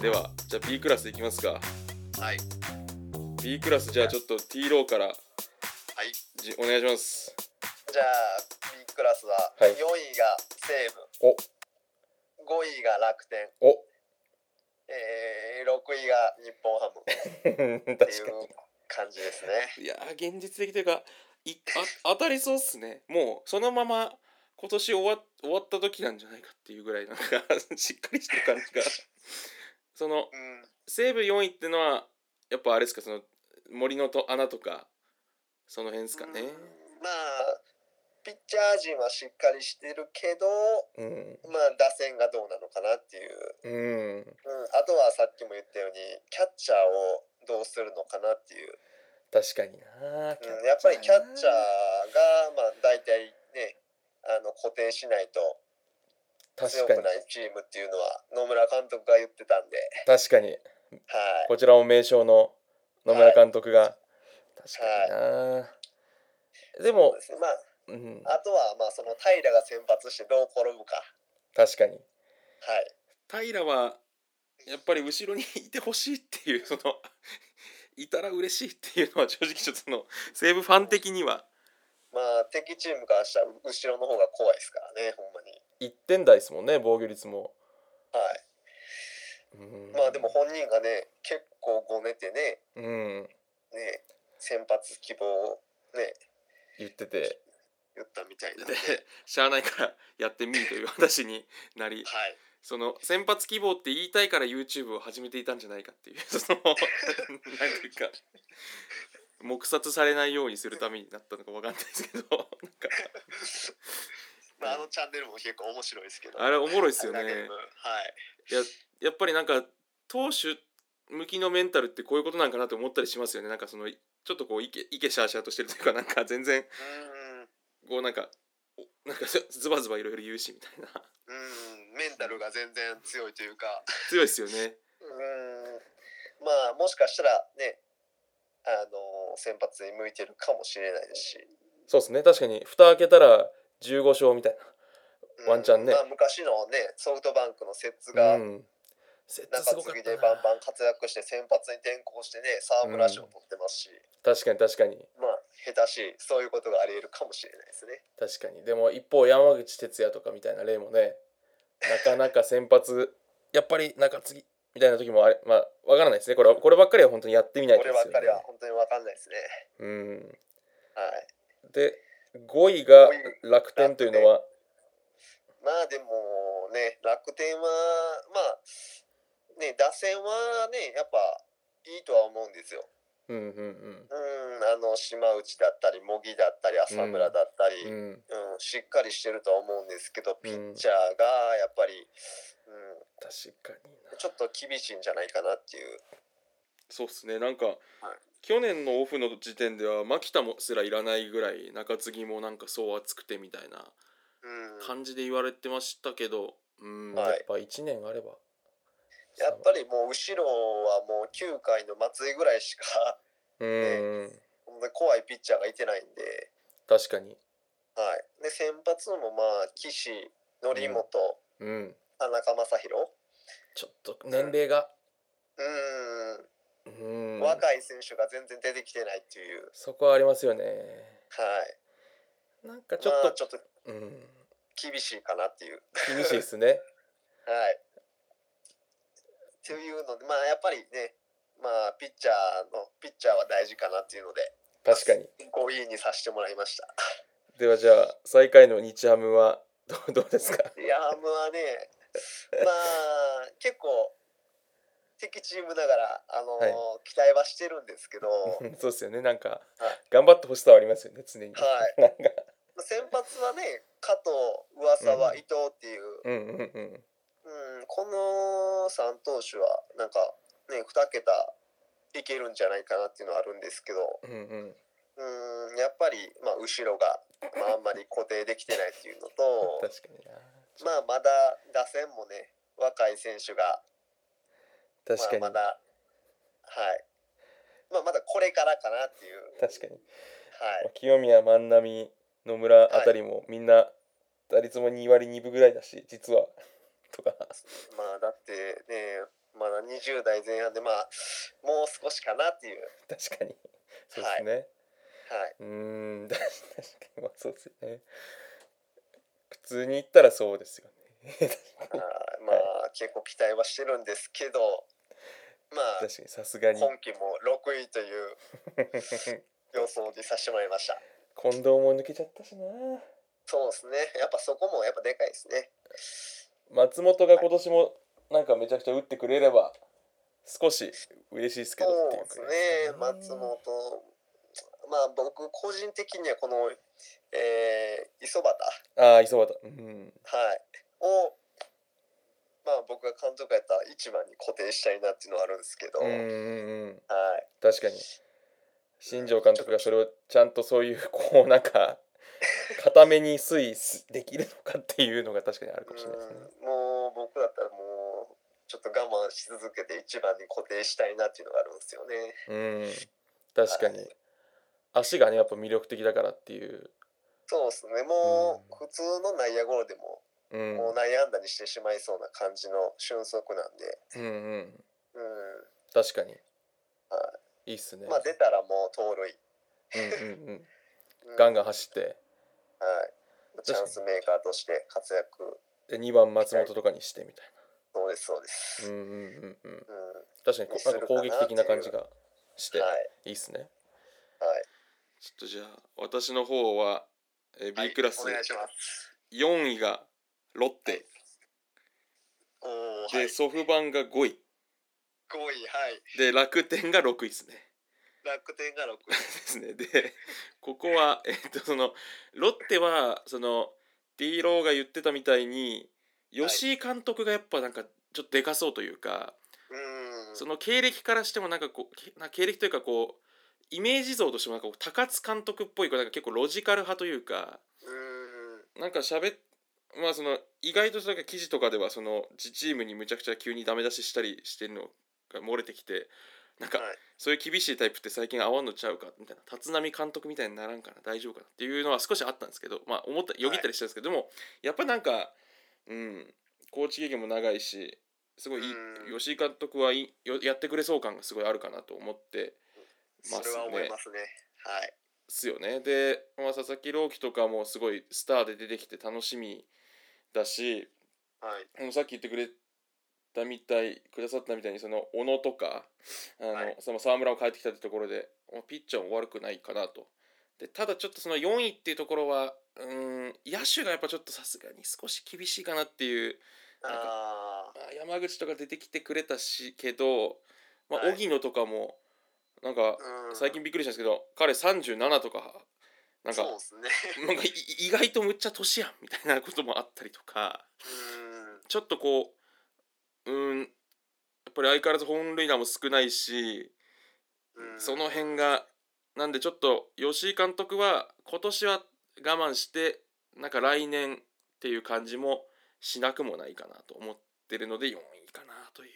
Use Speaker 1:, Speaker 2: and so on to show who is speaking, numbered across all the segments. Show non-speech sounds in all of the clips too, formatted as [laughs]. Speaker 1: ではじゃあ B クラスいきますか
Speaker 2: はい
Speaker 1: B クラスじゃあちょっと T ローからはいじお願いします
Speaker 2: じゃあ B クラスは
Speaker 1: は
Speaker 2: 4
Speaker 1: い
Speaker 2: 位が西
Speaker 1: お
Speaker 2: 武、5位が楽天、
Speaker 1: [laughs] お
Speaker 2: えー、6位が日本ハムっ
Speaker 1: [laughs] 確か
Speaker 2: ていう感じですね。
Speaker 1: にいやー現実的というかい [laughs] あ当たりそうっすねもうそのまま今年終わ終わった時なんじゃないかっていうぐらいなんか [laughs] しっかりしてる感じ [laughs] がその
Speaker 2: うん、
Speaker 1: 西武4位ってのはやっぱあれですかその森のと穴とかその辺ですかね
Speaker 2: まあピッチャー陣はしっかりしてるけど、
Speaker 1: うん
Speaker 2: まあ、打線がどうなのかなっていう、う
Speaker 1: うん
Speaker 2: ん、あとはさっきも言ったようにキャッチャーをどうするのかなっていう、
Speaker 1: 確かにな
Speaker 2: うん、やっぱりキャッチャーが、まあ、大体ねあの固定しないと強くないチームっていうのは野村監督が言ってたんで、
Speaker 1: 確かに
Speaker 2: はい、
Speaker 1: こちらも名将の野村監督が、
Speaker 2: い
Speaker 1: 確かにな、でも
Speaker 2: そう、ですねまあ
Speaker 1: うん、
Speaker 2: あとはまあその平良が先発してどう転ぶか、
Speaker 3: 確かに
Speaker 2: はい、
Speaker 1: 平はやっぱり後ろにいてほしいっていうその [laughs] いたら嬉しいっていうのは正直ちょっとその西武ファン的には
Speaker 2: まあ敵チームからしたら後ろの方が怖いですからねほんまに、
Speaker 3: 1点台ですもんね防御率も、
Speaker 2: はい、
Speaker 3: うん
Speaker 2: まあでも本人がね結構ごねてね
Speaker 3: うん
Speaker 2: ね先発希望をね
Speaker 3: 言ってて
Speaker 2: 言ったみたいなんで
Speaker 1: でしゃあないからやってみるという話になり
Speaker 2: はい
Speaker 1: その先発希望って言いたいから YouTube を始めていたんじゃないかっていう [laughs] そのなんていうか黙殺されないようにするためになったのかわかんないですけどなんか
Speaker 2: まああのチャンネルも結構面白いですけど
Speaker 1: あれおもろいっすよね
Speaker 2: だけどはい
Speaker 1: やっぱりなんか投手向きのメンタルってこういうことなんかなと思ったりしますよねなんかそのいちょっとこういけいけしゃーしゃーとしてるというかなんか全然
Speaker 2: うん
Speaker 1: こうなんかおなんかズズバズバいろいろ言うしみたいな
Speaker 2: うんメンタルが全然強いというか
Speaker 1: 強いですよね
Speaker 2: うんまあもしかしたらねあの先発に向いてるかもしれないですし、
Speaker 3: そうですね確かに蓋開けたら15勝みたい
Speaker 2: うん
Speaker 3: ワンチャンね
Speaker 2: まあ、昔のねソフトバンクの節
Speaker 3: な
Speaker 2: が、
Speaker 3: うんセットす
Speaker 2: 中
Speaker 3: ごか
Speaker 2: 継
Speaker 3: っ
Speaker 2: ぎ
Speaker 3: た
Speaker 2: で
Speaker 3: な
Speaker 2: バンバン活躍して先発に転向してね沢村賞を取ってますし、
Speaker 3: 確かに確かに
Speaker 2: まあ下手しいそういうことがあり得るかもしれないですね。
Speaker 3: 確かにでも一方山口哲也とかみたいな例もねなかなか先発やっぱり中継ぎみたいな時もあれまあわからないですねこれはこればっかりは本当にやってみない
Speaker 2: こと
Speaker 3: で
Speaker 2: れ
Speaker 3: す
Speaker 2: ば
Speaker 3: よ
Speaker 2: っ
Speaker 3: ね
Speaker 2: かりは本当に分かんないですね。
Speaker 3: うん
Speaker 2: はい。
Speaker 3: で5位が
Speaker 2: 五位
Speaker 3: 楽天というのは
Speaker 2: まあでもね楽天はまあね打線はねやっぱいいとは思うんですよ。
Speaker 3: うんうん
Speaker 2: うんあの島内だったり茂木だったり浅村だった
Speaker 3: う
Speaker 2: り、うん
Speaker 3: んうん
Speaker 2: しっかりしてるとは思うんですけどピッチャーがやっぱり、う、
Speaker 3: 確かになん
Speaker 2: ちょっと厳しいんじゃないかなっていう。
Speaker 1: そうっすねなんか、去年のオフの時点では牧田もすらいらないぐらい中継ぎもなんかそう熱くてみたいな
Speaker 2: うん、
Speaker 1: 感じで言われてましたけどうん、
Speaker 2: はい
Speaker 3: やっぱ1年あれば
Speaker 2: やっぱりもう後ろはもう9回の松井ぐらいしか
Speaker 3: うん
Speaker 2: ほんまに怖いピッチャーがいてないんで,、
Speaker 3: 確かに
Speaker 2: はい、で先発のもまあ岸則本、
Speaker 3: うん
Speaker 2: 田中将大
Speaker 3: ちょっと年齢がう
Speaker 2: うんん若い選手が全然出てきてないっていう、
Speaker 3: そこはありますよね
Speaker 2: はい
Speaker 3: なんかち
Speaker 2: ち
Speaker 3: ょ
Speaker 2: ょ
Speaker 3: っ
Speaker 2: っ
Speaker 3: と、
Speaker 2: と,、ちょっと
Speaker 3: うん
Speaker 2: 厳しいかなっていう。
Speaker 3: 厳しいですね
Speaker 2: はい、というのでまあやっぱりねまあピッチャーのピッチャーは大事かなっていうので
Speaker 3: 確かに
Speaker 2: 5位にさせてもらいました。
Speaker 3: ではじゃあ最下位の日ハムはどうどうですか
Speaker 2: いやームはね [laughs] まあ結構敵チームながら、あのー
Speaker 3: はい
Speaker 2: 期待はしてるんです
Speaker 3: [laughs]
Speaker 2: けど、は
Speaker 3: う
Speaker 2: い、
Speaker 3: んそうですよねなんか頑張ってほしさはありますよね常に
Speaker 2: 先発はね加藤上沢、
Speaker 3: うん
Speaker 2: 伊藤っていう、
Speaker 3: うんうんうん
Speaker 2: うん、この3投手はなんかね2桁いけるんじゃないかなっていうのはあるんですけど
Speaker 3: うんうん
Speaker 2: うんやっぱり、まあ、後ろが、まあ、あんまり固定できてないっていうのと
Speaker 3: [laughs] 確かにな
Speaker 2: まあまだ打線もね若い選手が
Speaker 3: 確かに、
Speaker 2: まあ、まだはいまあまだこれからかなっていう
Speaker 3: 確かに
Speaker 2: はい
Speaker 3: まあ清宮万波野村あたりもみんな打率も2割2分ぐらいだし実は [laughs] とか
Speaker 2: まあだってねまだ20代前半で、まあ、もう少しかなっていう。
Speaker 3: 確かに。そうですね。
Speaker 2: はい。
Speaker 3: うーん、 [laughs] 確かに、まあ、そうですよね。普通に言ったらそうですよね。 [laughs]
Speaker 2: はいまあ、結構期待はしてるんですけど、まあ、
Speaker 3: 確かに、さすがに。
Speaker 2: 今期も6位という予想にさせてもらいました。
Speaker 3: [laughs] 近藤も抜けちゃったしな。
Speaker 2: そうですね。やっぱそこもやっぱでかいですね。
Speaker 3: 松本が今年も、なんかめちゃくちゃ打ってくれれば、少し嬉しいですけ
Speaker 2: そ
Speaker 3: ど
Speaker 2: う
Speaker 3: っていう
Speaker 2: で
Speaker 3: く
Speaker 2: す
Speaker 3: らい
Speaker 2: ね。
Speaker 3: です
Speaker 2: 松
Speaker 3: かね
Speaker 2: 本。まあ、僕個人的にはこの、えー、磯端。
Speaker 3: ああ、磯端。うん。
Speaker 2: はい、を、まあ、僕が監督やったら一番に固定したいなっていうのはあるんですけど、
Speaker 3: うんう
Speaker 2: はい、
Speaker 3: んうん。確かに新庄監督がそれをちゃんとそういう [laughs] こうなんか固めに推移できるのかっていうのが確かにあるかもしれないですね。
Speaker 2: うんもう僕だったらもうちょっと我慢し続けて一番に固定したいなっていうのがあるんですよね。
Speaker 3: うん確かに
Speaker 2: はい
Speaker 3: 足がねやっぱ魅力的だからっていう、
Speaker 2: そうですねもう普通の内野ゴロでも
Speaker 3: うん、
Speaker 2: もう内野安打にしてしまいそうな感じの俊足なんで、
Speaker 3: うんうん
Speaker 2: うん
Speaker 3: 確かに
Speaker 2: はい
Speaker 3: いっすね
Speaker 2: い、まあ出たらもう盗塁、
Speaker 3: うんうんうん
Speaker 2: うん
Speaker 3: ガンガン走って
Speaker 2: はい、チャンスメーカーとして活躍
Speaker 3: で2番松本とかにしてみたい
Speaker 2: そうですそうです。
Speaker 3: なうんうんうんうん
Speaker 2: うんは
Speaker 3: 確かにこうなんか攻撃的な感じがして
Speaker 2: い
Speaker 3: いいっすね
Speaker 2: はい
Speaker 1: ちょっとじゃあ私の方は、えー B クラス
Speaker 2: お願いします。
Speaker 1: 4位がロッテ、
Speaker 2: おお、
Speaker 1: で、
Speaker 2: はい。
Speaker 1: ソフバンが5位
Speaker 2: 5位、はい。
Speaker 1: で楽天が6位ですね。 [laughs]
Speaker 2: 楽天が6位。
Speaker 1: ですね。で、ここは、えっと、その、ロッテは、その、D ローが言ってたみたいに、
Speaker 2: い
Speaker 1: 吉井監督がやっぱなんか、ちょっとでかそうというか、
Speaker 2: うーん。
Speaker 1: その経歴からしてもなんかこう、けな経歴というかこう、イメージ像としてもなんかこう高津監督っぽい、こうなんか結構ロジカル派というか、
Speaker 2: うーん。
Speaker 1: なんか喋っまあその意外となんか記事とかではその自チームにむちゃくちゃ急にダメ出ししたりしてるのが漏れてきてなんか
Speaker 2: はい
Speaker 1: そういう厳しいタイプって最近合わんのちゃうかみたいな立浪監督みたいにならんかな大丈夫かなっていうのは少しあったんですけどまあ思ったよぎったりしたんですけど、でもやっぱなんかうんコーチ経験も長いしすごいいい
Speaker 2: うん
Speaker 1: 吉井監督はいいよやってくれそう感がすごいあるかなと思ってます
Speaker 2: そ
Speaker 1: ね
Speaker 2: れは思いますね。はい。
Speaker 1: すよね。で、まあ、佐々木朗希とかもすごいスターで出てきて楽しみだし
Speaker 2: はい。
Speaker 1: あのさっき言ってくれたみたいくださったみたいにその小野とかあの、
Speaker 2: はい
Speaker 1: その沢村を帰ってきたってところで、まあ、ピッチャーも悪くないかなと。でただちょっとその4位っていうところはうーん野手がやっぱちょっとさすがに少し厳しいかなっていう、なんか
Speaker 2: ああ。
Speaker 1: まあ、山口とか出てきてくれたしけど、まあ、
Speaker 2: はい
Speaker 1: 荻野とかもなんか
Speaker 2: うん
Speaker 1: 最近びっくりしたんですけど彼37とかなんか
Speaker 2: そうですね。
Speaker 1: なんかい意外とむっちゃ年やんみたいなこともあったりとかちょっとこううんやっぱり相変わらず本塁打も少ないし、
Speaker 2: うーん。うーん
Speaker 1: その辺がなんでちょっと吉井監督は今年は我慢してなんか来年っていう感じもしなくもないかなと思ってるので4位かなという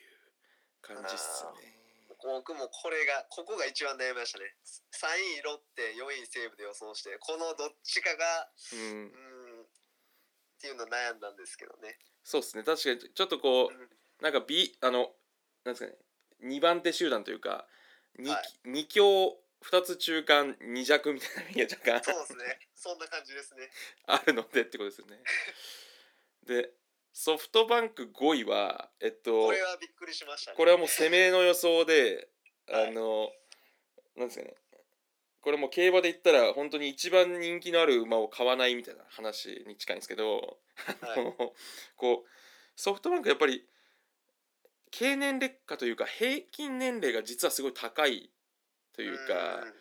Speaker 1: 感じっすね。
Speaker 2: 僕もこれがここが一番悩みましたね3位ロッテ4位西武で予想してこのどっちかが
Speaker 1: う
Speaker 2: うんーんっていうの悩んだんですけどね、
Speaker 1: そうですね確かにちょっと
Speaker 2: う
Speaker 1: こ
Speaker 2: ん
Speaker 1: うなんか B あのなんですかね2番手集団というか 2,
Speaker 2: はい
Speaker 1: 2強2つ中間2弱みたいな意味が若干
Speaker 2: そうですねそんな感じですね
Speaker 1: あるのでってことです
Speaker 2: [laughs]
Speaker 1: よね。でソフトバンク5位はえっと
Speaker 2: これはびっくりしましたね
Speaker 1: これはもう攻めの予想で
Speaker 2: はい
Speaker 1: あの、なんですかねこれもう競馬で言ったら本当に一番人気のある馬を買わないみたいな話に近いんですけど、
Speaker 2: はい
Speaker 1: [laughs] こうソフトバンクやっぱり経年劣化というか平均年齢が実はすごい高いというか。
Speaker 2: ーん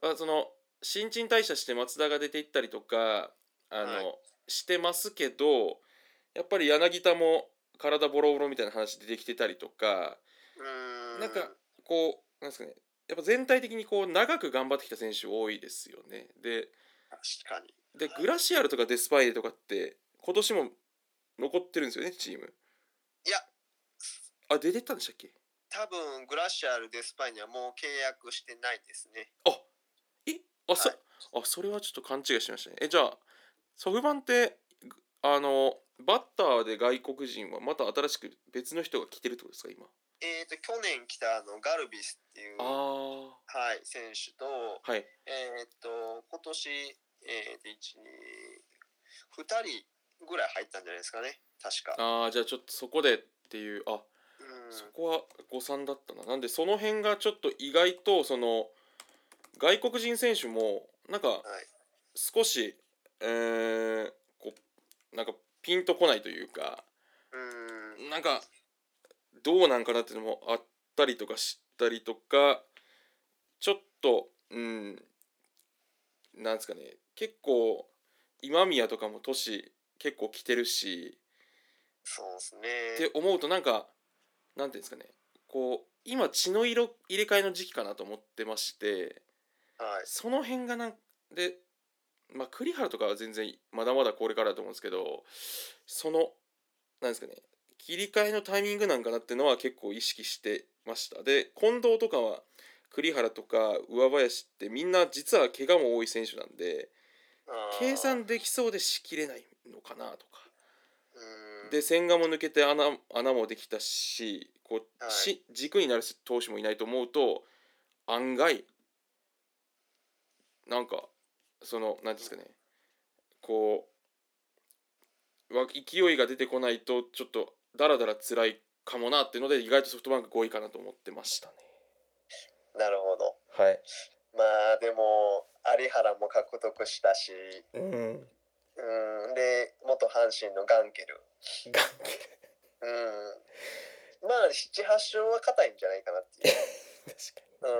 Speaker 1: まあ、その新陳代謝して松田が出ていったりとかあの、
Speaker 2: は
Speaker 1: してますけどやっぱり柳田も体ボロボロみたいな話出てきてたりとか
Speaker 2: うーん
Speaker 1: なんかこうなんですかねやっぱ全体的にこう長く頑張ってきた選手多いですよね。で
Speaker 2: 確かに
Speaker 1: でグラシアルとかデスパイエとかって今年も残ってるんですよねチーム。
Speaker 2: いや
Speaker 1: あ出てったんでしたっけ
Speaker 2: 多分グラシアル・デスパイにはもう契約してないですね
Speaker 1: あえあそ、
Speaker 2: は
Speaker 1: あそれはちょっと勘違いしましたねえじゃあソフマンってぐあのバッターで外国人はまた新しく別の人が来てるってことですか今
Speaker 2: えー、と去年来たあのガルビスっていう、
Speaker 1: あ
Speaker 2: は
Speaker 1: あ
Speaker 2: い、選手と、
Speaker 1: はい
Speaker 2: えー、と今年、えー、と1 2 2人ぐらい入ったんじゃないですかね確か。
Speaker 1: ああじゃあちょっとそこでっていうあ、
Speaker 2: うん
Speaker 1: そこは誤算だったななんでその辺がちょっと意外とその外国人選手もなんか
Speaker 2: はい
Speaker 1: 少し、えーこうなんかピンとこないというか
Speaker 2: うん
Speaker 1: なんかどうなんかなっていうのもあったりとかしたりとかちょっとうんなんですかね結構今宮とかも年結構来てるし
Speaker 2: そうです
Speaker 1: って
Speaker 2: ね。
Speaker 1: 思うとなんかなんていうんですかねこう今血の色入れ替えの時期かなと思ってまして
Speaker 2: はい。
Speaker 1: その辺がなんで、まあ、栗原とかは全然まだまだこれからだと思うんですけどそのなんですかね切り替えのタイミングなんかなってのは結構意識してましたで近藤とかは栗原とか上林ってみんな実は怪我も多い選手なんで
Speaker 2: あー
Speaker 1: 計算できそうでしきれないのかなとか
Speaker 2: うん
Speaker 1: で千賀も抜けて穴穴もできたしこう、
Speaker 2: はい
Speaker 1: し軸になる投手もいないと思うと案外なんかその何ですかねこうわ勢いが出てこないとちょっとだらだら辛いかもなっていうので意外とソフトバンク5位かなと思ってましたね。
Speaker 2: なるほど。
Speaker 3: はい
Speaker 2: まあでも有原も獲得したし、
Speaker 1: [laughs]
Speaker 3: うん
Speaker 2: うん、で元阪神のガンケル、
Speaker 3: ガン
Speaker 2: うん、まあ78勝は硬いんじゃないかなっていう、
Speaker 3: ケル確か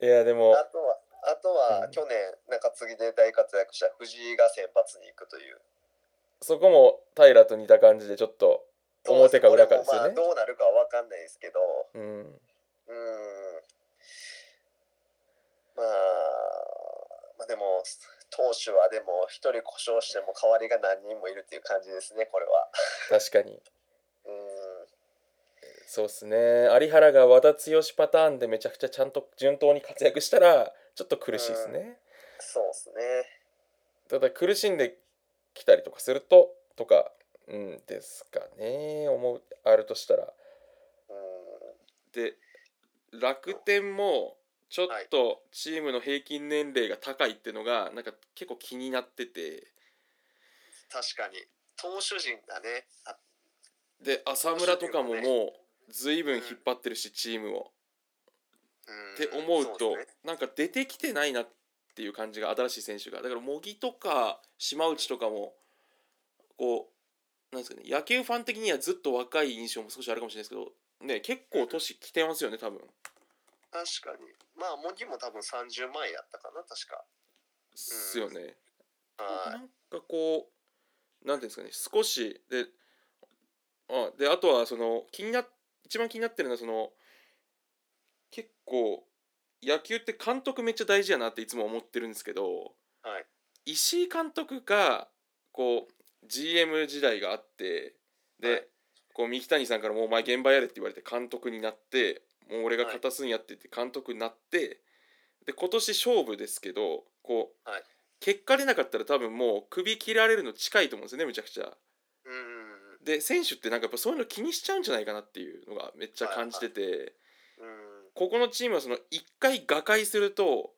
Speaker 2: う
Speaker 3: にいやでも
Speaker 2: ん、あとはあとは
Speaker 3: うん
Speaker 2: 去年中継ぎで大活躍した藤井が先発に行くという
Speaker 3: そこも平と似た感じでちょっと表か裏かですよね
Speaker 2: これもまあどうなるかは分かんないですけど
Speaker 3: うん
Speaker 2: うんまあまあでも投手はでも一人故障しても代わりが何人もいるっていう感じですねこれは。
Speaker 3: 確かに
Speaker 2: うん
Speaker 3: そうですね有原が和田剛パターンでめちゃくちゃちゃんと順当に活躍したらちょっと苦しいですね、
Speaker 2: そうですね。
Speaker 3: ただ苦しんできたりとかするととか、うん、ですかね思うあるとしたら
Speaker 2: う
Speaker 1: で楽天もちょっとチームの平均年齢が高いっていうのがなんか結構気になってて。
Speaker 2: ん、確かに投手陣がね、あ
Speaker 1: で浅村とかも
Speaker 2: ね
Speaker 1: もう随分引っ張ってるしチームを、って思うと
Speaker 2: そですね
Speaker 1: なんか出てきてないなっていう感じが新しい選手がだから茂木とか島内とかもこうなんですかね野球ファン的にはずっと若い印象も少しあるかもしれないですけどね結構年来てますよね多分
Speaker 2: 確かに。まあ茂木も多分三十万円やったかな確か。
Speaker 1: っすよね、な
Speaker 2: はい。
Speaker 1: んかこうなんていうんですかね少しであであとはその気にな一番気になってるのはその結構野球って監督めっちゃ大事やなっていつも思ってるんですけど
Speaker 2: はい。
Speaker 1: 石井監督がこう GM 時代があってで、
Speaker 2: はい
Speaker 1: こう三木谷さんから「もうお前現場やれ」って言われて監督になって「もう俺が勝たすんや」って言って監督になって、で今年勝負ですけどこう、
Speaker 2: はい
Speaker 1: 結果出なかったら多分もう首切られるの近いと思うんですよねむちゃくちゃ。
Speaker 2: うん
Speaker 1: で選手ってなんかやっぱそういうの気にしちゃうんじゃないかなっていうのがめっちゃ感じてて。
Speaker 2: うん
Speaker 1: ここのチームはその一回瓦解すると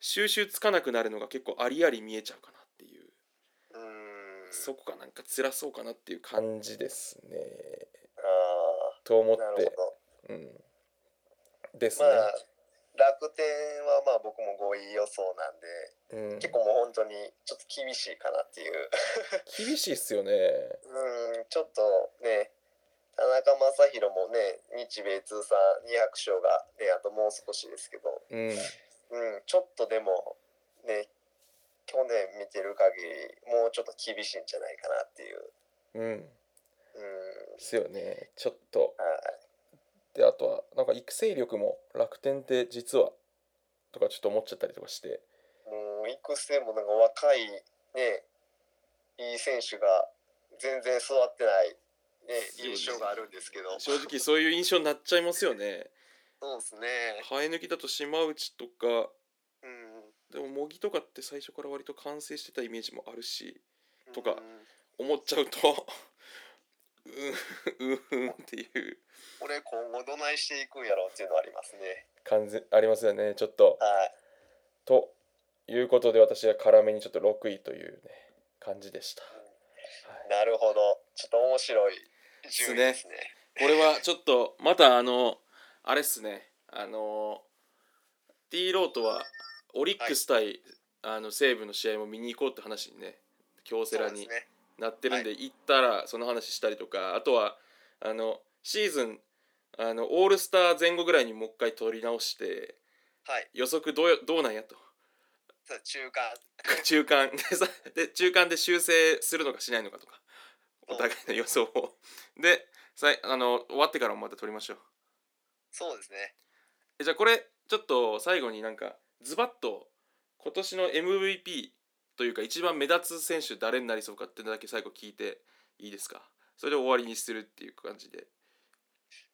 Speaker 1: 収集つかなくなるのが結構ありあり見えちゃうかなっていう
Speaker 2: うん。
Speaker 1: そこがなんか辛そうかなっていう感
Speaker 3: 感じですね
Speaker 2: あ
Speaker 3: と思
Speaker 2: あ
Speaker 3: っ
Speaker 2: なる
Speaker 3: て、
Speaker 2: ほ
Speaker 3: うん、です
Speaker 2: ど。ま
Speaker 3: ね、
Speaker 2: あ楽天はまあ僕も5位予想なんで
Speaker 3: うん、
Speaker 2: 結構もう本当にちょっと厳しいかなっていう。
Speaker 3: 厳しいっすよね
Speaker 2: うんちょっとね。田中将大もね日米通算200勝がねあともう少しですけど
Speaker 3: うん
Speaker 2: うん、ちょっとでもね去年見てる限りもうちょっと厳しいんじゃないかなっていう、
Speaker 3: うん
Speaker 2: うん
Speaker 3: ですよねちょっと
Speaker 2: はい、
Speaker 3: であとはなんか育成力も楽天って実はとかちょっと思っちゃったりとかして
Speaker 2: もう育成もなんか若いねいい選手が全然育ってない、ね、
Speaker 1: そうです
Speaker 2: 印象があるんですけど
Speaker 1: 正直そういう印象になっちゃいますよね
Speaker 2: そうですね、
Speaker 1: 生え抜きだと島内とか
Speaker 2: うん、
Speaker 1: でも茂木とかって最初から割と完成してたイメージもあるしとか [laughs]
Speaker 2: うん
Speaker 1: 思っちゃうとうんうんうんっていう
Speaker 2: 俺今後どないしていくんやろうっていうのはありますね
Speaker 3: 感じありますよねちょっと
Speaker 2: はい
Speaker 3: ということで私は辛めにちょっと6位というね感じでした
Speaker 2: なるほどちょっと面白い順位ですね
Speaker 1: これはちょっとまたあのあれっすねあの D ロートはオリックス対、あの西武の試合も見に行こうって話にね京セラ
Speaker 2: そうで
Speaker 1: に
Speaker 2: すね
Speaker 1: なってるんで行ったらその話したりとかあとはあのシーズンあのオールスター前後ぐらいにもう一回取り直して
Speaker 2: はい
Speaker 1: 予測どうやどうなんやと
Speaker 2: さあ中間
Speaker 1: 中間 [laughs] でさで中間で修正するのかしないのかとかお互いの予想を [laughs] でさいあの終わってからもまた取りましょう。
Speaker 2: そうですね
Speaker 1: えじゃあこれちょっと最後になんかズバッと今年の MVP というか一番目立つ選手誰になりそうかっていうのだけ最後聞いていいですかそれで終わりにするっていう感じで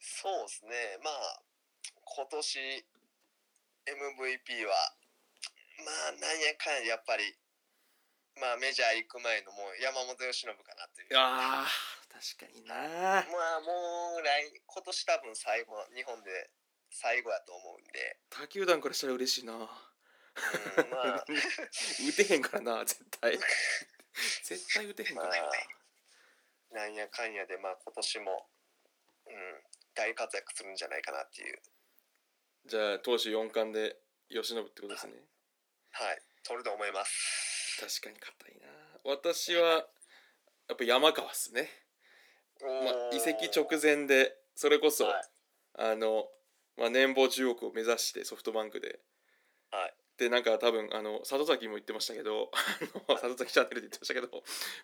Speaker 2: そうですねまあ今年 MVP はまあなんやかんややっぱりまあメジャー行く前のもう山本由伸かなという
Speaker 1: あー確かにな
Speaker 2: まあもう来今年多分最後日本で最後やと思うんで、
Speaker 1: 他球団からしたら嬉しいな
Speaker 2: うん、まあ
Speaker 1: 打てへんからな絶 [laughs] 対絶対打てへんからな、
Speaker 2: まあなんやかんやでまあ今年もうん大活躍するんじゃないかなっていう
Speaker 1: じゃあ投手4冠で吉信ってことですね
Speaker 2: はい取ると思います
Speaker 1: 確かに硬いな私はやっぱ山川っすねまあ
Speaker 2: おー
Speaker 1: 移籍直前でそれこそ、
Speaker 2: はい
Speaker 1: あの、まあ、年俸10億を目指してソフトバンクで、
Speaker 2: はい
Speaker 1: でなんか多分あの里崎も言ってましたけどあの里崎チャンネルで言ってましたけど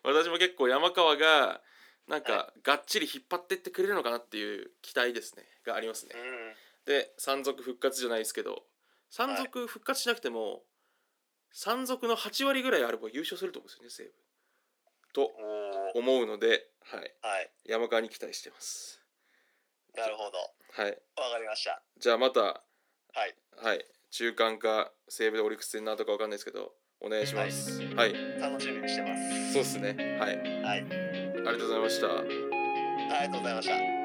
Speaker 1: 私も結構山川がなんかがっちり引っ張ってってくれるのかなっていう期待ですねがありますね
Speaker 2: う。ん
Speaker 1: で山賊復活じゃないですけど山賊復活しなくても、山賊の8割ぐらいあれば優勝すると思うんですよね西武。
Speaker 2: おー
Speaker 1: と思うので、はい、
Speaker 2: はい
Speaker 1: 山川に期待してます。
Speaker 2: なるほど
Speaker 1: はい、
Speaker 2: わかりました。
Speaker 1: じゃあまた
Speaker 2: はい。
Speaker 1: はい、中間か西武でオリックス戦なんとかわかんないですけど、お願いします。はい、
Speaker 2: 楽しみにしてます。
Speaker 1: そうですね。はい、あ
Speaker 2: はい。
Speaker 1: りがとうございました。
Speaker 2: ありがとうございました。